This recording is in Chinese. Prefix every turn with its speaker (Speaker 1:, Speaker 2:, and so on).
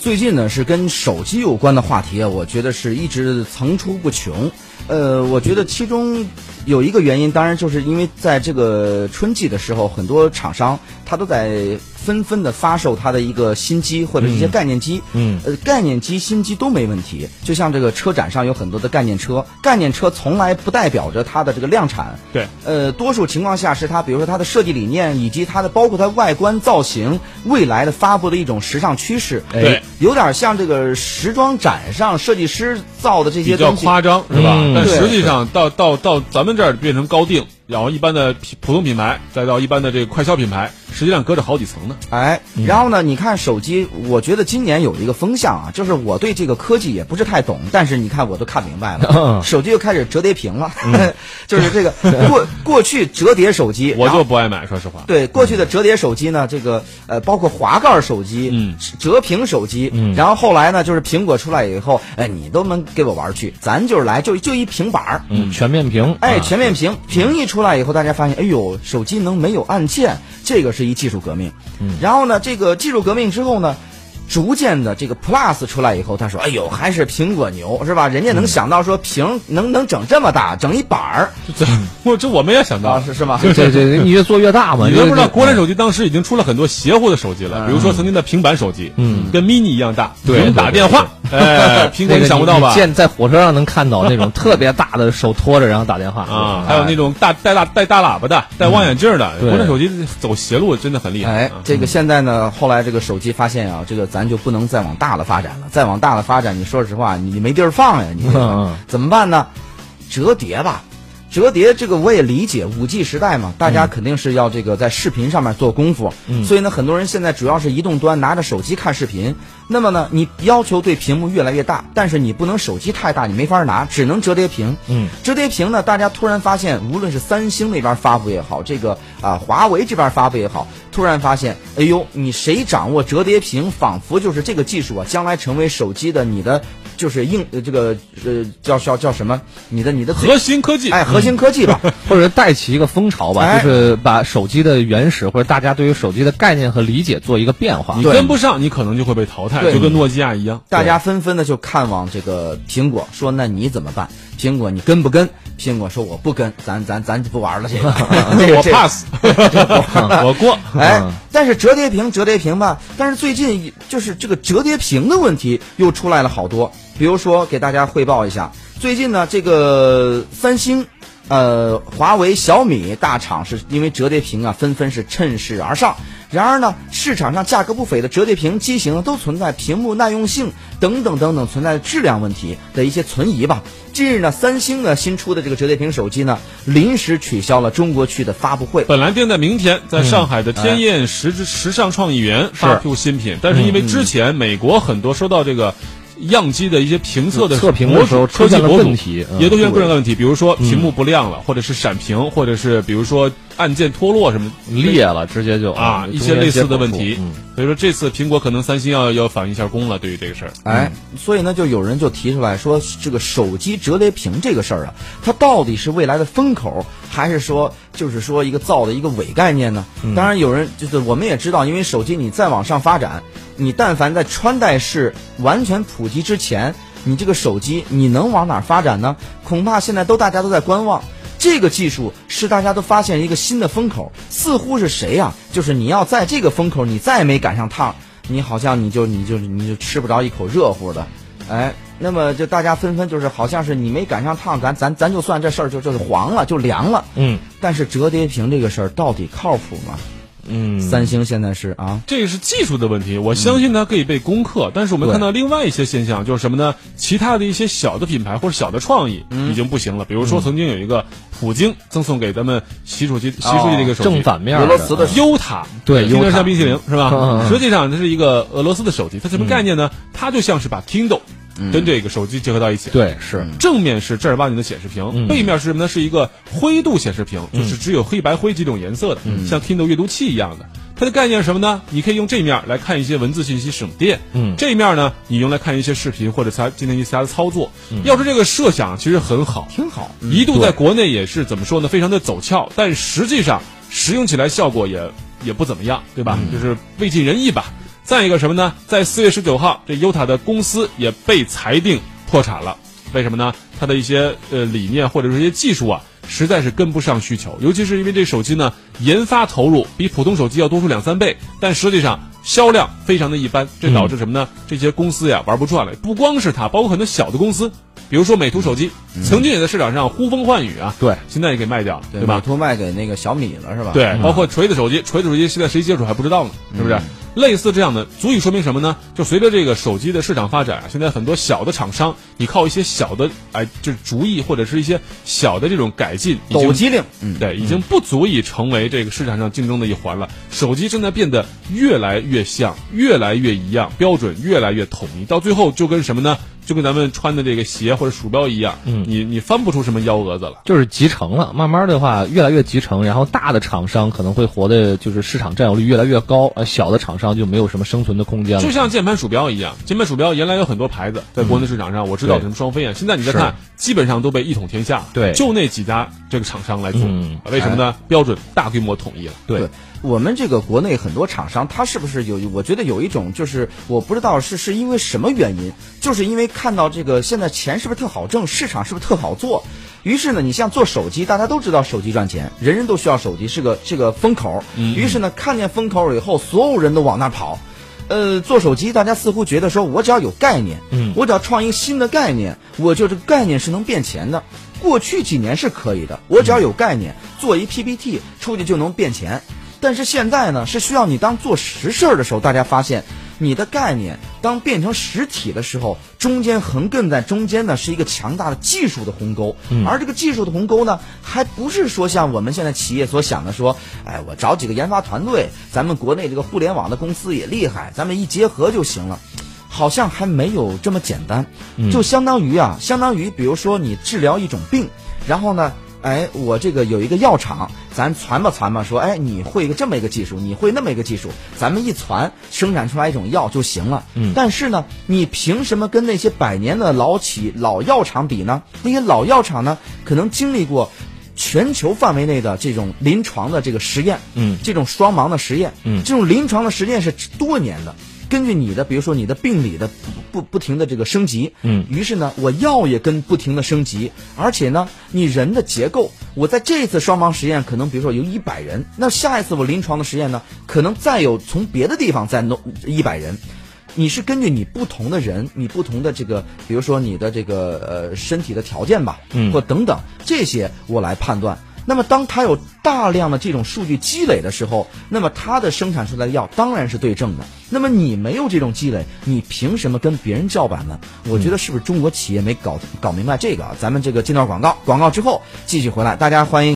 Speaker 1: 最近呢，是跟手机有关的话题啊，我觉得是一直层出不穷。呃，我觉得其中有一个原因，当然就是因为在这个春季的时候，很多厂商它都在纷纷的发售它的一个新机或者一些概念机。
Speaker 2: 嗯
Speaker 1: 呃，概念机、新机都没问题。就像这个车展上有很多的概念车，概念车从来不代表着它的这个量产。
Speaker 2: 对，
Speaker 1: 呃，多数情况下是它，比如说它的设计理念以及它的包括它外观造型未来的发布的一种时尚趋势。
Speaker 2: 对
Speaker 1: 哎，有点像这个时装展上设计师造的这
Speaker 3: 比
Speaker 1: 些
Speaker 3: 较
Speaker 1: 东西。
Speaker 3: 夸张是吧？
Speaker 2: 嗯
Speaker 3: 但
Speaker 1: 对
Speaker 3: 实际上到到到咱们这儿变成高定，然后一般的普普通品牌，再到一般的这个快消品牌，实际上隔着好几层呢。
Speaker 1: 哎，
Speaker 3: 嗯
Speaker 1: 然后呢？你看手机，我觉得今年有一个风向啊，就是我对这个科技也不是太懂，但是你看我都看明白了，
Speaker 3: 嗯
Speaker 1: 手机又开始折叠屏 了，就是这个过过去折叠手机，
Speaker 3: 我
Speaker 1: 然后
Speaker 3: 就不爱买，说实话。
Speaker 1: 对，过去的折叠手机呢，这个呃，包括滑盖手机、
Speaker 3: 嗯
Speaker 1: 折屏手机，然后后来呢，就是苹果出来以后，哎，你都能给我玩去，咱就是来就就一平板儿，
Speaker 2: 嗯，全面屏，
Speaker 1: 哎，
Speaker 2: 啊
Speaker 1: 全面屏，屏一出来以后，大家发现，哎呦，手机能没有按键，这个是一技术革命。
Speaker 2: 嗯
Speaker 1: 然后呢，这个技术革命之后呢，逐渐的这个 Plus 出来以后，他说，哎呦，还是苹果牛是吧？人家
Speaker 2: 嗯
Speaker 1: 能想到说屏能能整这么大，整一板儿
Speaker 3: 这 我这我们也想到
Speaker 1: 啊，，是是吗？
Speaker 2: 对 对对，你越做越大嘛，
Speaker 3: 你都不知道，国
Speaker 2: 国
Speaker 3: 产手机当时已经出了很多邪乎的手机
Speaker 1: 嗯
Speaker 3: 了，比如说曾经的平板手机，嗯，跟 mini 一样大，
Speaker 2: 对
Speaker 3: 能打电话， 哎，苹果你想不到吧？
Speaker 2: 见在火车上能看到那种特别大的手托着，然后打电话
Speaker 3: 啊，还有那种大带大带大喇叭的、带望远镜的，
Speaker 2: 嗯对
Speaker 3: 国产手机走邪路真的很厉害
Speaker 1: 哎
Speaker 2: 嗯
Speaker 3: 啊。，
Speaker 1: 这个现在呢，后来这个手机发现啊，这个咱就不能再往大了发展了，再往大了发展，你说实话，你没地儿放呀，你这个
Speaker 2: 嗯嗯
Speaker 1: 怎么办呢？折叠吧，折叠这个我也理解，五 G 时代嘛，大家肯定是要这个在视频上面做功夫，所以呢，很多人现在主要是移动端拿着手机看视频。那么呢，你要求对屏幕越来越大，但是你不能手机太大，你没法拿，只能折叠屏。
Speaker 2: 嗯，
Speaker 1: 折叠屏呢，大家突然发现，无论是三星那边发布也好，这个啊、华为这边发布也好，突然发现，哎呦，你谁掌握折叠屏，仿佛就是这个技术啊，将来成为手机的你的就是硬呃这个呃叫叫叫什么？你的你的最
Speaker 3: 核心科技，
Speaker 1: 哎核心科技吧。
Speaker 2: 或者带起一个风潮吧，
Speaker 1: 哎
Speaker 2: 就是把手机的原始或者大家对于手机的概念和理解做一个变化
Speaker 3: 你。
Speaker 1: 对
Speaker 3: 跟不上，你可能就会被淘汰，
Speaker 1: 对
Speaker 3: 就跟诺基亚一样。
Speaker 1: 大家纷纷的就看往这个苹果，说那你怎么办？苹果你跟不跟？苹果说我不跟，咱咱咱就不玩了这个， 这个
Speaker 3: 我
Speaker 1: 这个
Speaker 3: pass，我过。
Speaker 1: 哎
Speaker 2: 嗯，
Speaker 1: 但是折叠屏折叠屏吧，但是最近就是这个折叠屏的问题又出来了好多。比如说，给大家汇报一下，最近呢，这个三星、呃，华为、小米大厂是因为折叠屏啊，纷纷是趁势而上。然而呢，市场上价格不菲的折叠屏机型呢都存在屏幕耐用性等等等等存在质量问题的一些存疑吧。近日呢，三星呢新出的这个折叠屏手机呢，临时取消了中国区的发布会。
Speaker 3: 本来定在明天，在上海的天燕时之时尚创意园发布新品，但是因为之前美国很多收到这个。样机的一些评测的
Speaker 2: 测评的
Speaker 3: 博主
Speaker 2: 时候
Speaker 3: 科
Speaker 2: 出
Speaker 3: 技
Speaker 2: 现了
Speaker 3: 博主
Speaker 2: 问题嗯
Speaker 3: 也都出现各种各样的问题，比如说屏幕不亮了，或者是闪屏，或者是比如说按键脱落什么
Speaker 2: 裂了，直接就
Speaker 3: 啊，一些类似的问题。
Speaker 2: 嗯
Speaker 3: 所以说这次苹果可能三星要要反映一下功了，对于这个事儿。
Speaker 1: 哎，所以呢，就有人就提出来说，这个手机折叠屏这个事儿啊，它到底是未来的风口，还是说就是说一个造的一个伪概念呢？当然，有人就是我们也知道，因为手机你再往上发展，你但凡在穿戴式完全普及之前，你这个手机你能往哪儿发展呢？恐怕现在都大家都在观望。这个技术是大家都发现一个新的风口，似乎是谁呀、就是你要在这个风口，你再没赶上趟，你好像你就你就你就吃不着一口热乎的，哎，那么就大家纷纷就是好像是你没赶上趟，咱咱咱就算这事儿就就是黄了，就凉了。
Speaker 2: 嗯
Speaker 1: 但是折叠屏这个事儿到底靠谱吗？
Speaker 2: 嗯，
Speaker 1: 三星现在是啊，
Speaker 3: 这个是技术的问题，我相信它可以被攻
Speaker 2: 嗯
Speaker 3: 克。但是我们
Speaker 1: 对
Speaker 3: 看到另外一些现象，就是什么呢？其他的一些小的品牌或者小的创意
Speaker 2: 嗯
Speaker 3: 已经不行了。比如说，曾经有一个普京赠送给咱们习主席习主席这个手机，
Speaker 2: 哦正反面
Speaker 1: 俄罗斯的
Speaker 3: 优塔，
Speaker 2: 对
Speaker 3: 听
Speaker 2: 优
Speaker 3: 着
Speaker 2: 塔
Speaker 3: 像冰淇淋是吧
Speaker 2: 嗯？
Speaker 3: 实际上它是一个俄罗斯的手机，它什么概念呢？它就像是把 Kindle
Speaker 2: 嗯
Speaker 3: 跟这个手机结合到一起。
Speaker 2: 对是
Speaker 3: 正面是正儿八经的显示
Speaker 1: 嗯
Speaker 3: 屏，背面是什么呢？是一个灰度显示屏，就是只有黑白灰几种颜色的，
Speaker 1: 嗯
Speaker 3: 像 Kindle 阅读器一样的。它的概念是什么呢？你可以用这面来看一些文字信息省电，
Speaker 2: 嗯
Speaker 3: 这面呢你用来看一些视频或者它进行一些的操作。要说这个设想其实很好，
Speaker 1: 嗯挺好。嗯
Speaker 3: 一度在国内也是怎么说呢，非常的走俏，
Speaker 1: 嗯
Speaker 3: 但实际上实用起来效果也也不怎么样，对吧？就是未尽人意吧。再一个什么呢？在四月十九号，这优塔的公司也被裁定破产了。为什么呢？它的一些呃理念或者是一些技术啊，实在是跟不上需求，尤其是因为这手机呢，研发投入比普通手机要多出两三倍，但实际上销量非常的一般，这导致什么呢？这些公司呀玩不转了。不光是它，包括很多小的公司，比如说美图手机，曾经也在市场上呼风唤雨啊，
Speaker 2: 对
Speaker 3: 现在也给卖掉了，对吧
Speaker 1: 美？图卖给那个小米了是吧？嗯
Speaker 3: 对，包括锤子手机，锤子手机现在谁接触还不知道呢，是不是？类似这样的，足以说明什么呢？就随着这个手机的市场发展啊，现在很多小的厂商，你靠一些小的哎，就是主意或者是一些小的这种改进，已
Speaker 1: 抖
Speaker 3: 经
Speaker 1: 机灵，嗯，
Speaker 3: 对，已经不足以成为这个市场上竞争的一环了。手机正在变得越来越像，越来越一样，标准越来越统一，到最后就跟什么呢？就跟咱们穿的这个鞋或者鼠标一样，你你翻不出什么幺蛾子了。
Speaker 2: 就是集成了，慢慢的话越来越集成，然后大的厂商可能会活的就是市场占有率越来越高，而小的厂商就没有什么生存的空间了
Speaker 3: 就。像键盘鼠标一样，键盘鼠标原来有很多牌子，在国内市场上我知道
Speaker 2: 对
Speaker 3: 什么双飞啊，现在你再
Speaker 2: 是
Speaker 3: 看，基本上都被一统天下了。
Speaker 2: 对
Speaker 3: 就那几家这个厂商来做，
Speaker 2: 嗯
Speaker 3: 为什么呢？标准大规模统一了。
Speaker 2: 对
Speaker 1: 我们这个国内很多厂商，他是不是有？我觉得有一种就是我不知道是是因为什么原因，就是因为看到这个现在钱是不是特好挣，市场是不是特好做，于是呢，你像做手机，大家都知道手机赚钱，人人都需要手机，是个这个风口。于是呢，看见风口以后，所有人都往那跑。呃，做手机，大家似乎觉得说，我只要有概念，嗯，我只要创一个新的概念，我就这个概念是能变钱的。过去几年是可以的，我只要有概念，做一 PPT 出去就能变钱。但是现在呢，是需要你当做实事儿的时候，大家发现你的概念当变成实体的时候，中间横亘在中间呢是一个强大的技术的鸿沟，而这个技术的鸿沟呢，还不是说像我们现在企业所想的说，哎，我找几个研发团队，咱们国内这个互联网的公司也厉害，咱们一结合就行了。好像还没有这么简单，就相当于啊，相当于比如说你治疗一种病，然后呢，哎，我这个有一个药厂，咱传吧传吧，说，哎，你会一个这么一个技术，你会那么一个技术，咱们一传，生产出来一种药就行了。嗯，但是呢，你凭什么跟那些百年的老企老药厂比呢？那些老药厂呢，可能经历过。全球范围内的这种临床的这个实验，嗯，这种双盲的实验，嗯，这种临床的实验是多年的，根据你的，比如说你的病理的不不不停的这个升级，嗯，于是呢，我药也跟不停的升级，而且呢，你人的结构，我在这次双盲实验可能比如说有一百人，那下一次我临床的实验呢，可能再有从别的地方再弄一百人。你是根据你不同的人，你不同的这个，比如说你的这个呃身体的条件吧，嗯，或等等这些，我来判断。那么，当它有大量的这种数据积累的时候，那么它的生产出来的药当然是对症的。那么你没有这种积累，你凭什么跟别人叫板呢？我觉得是不是中国企业没搞搞明白这个啊？咱们这个进段广告，广告之后继续回来，大家欢迎。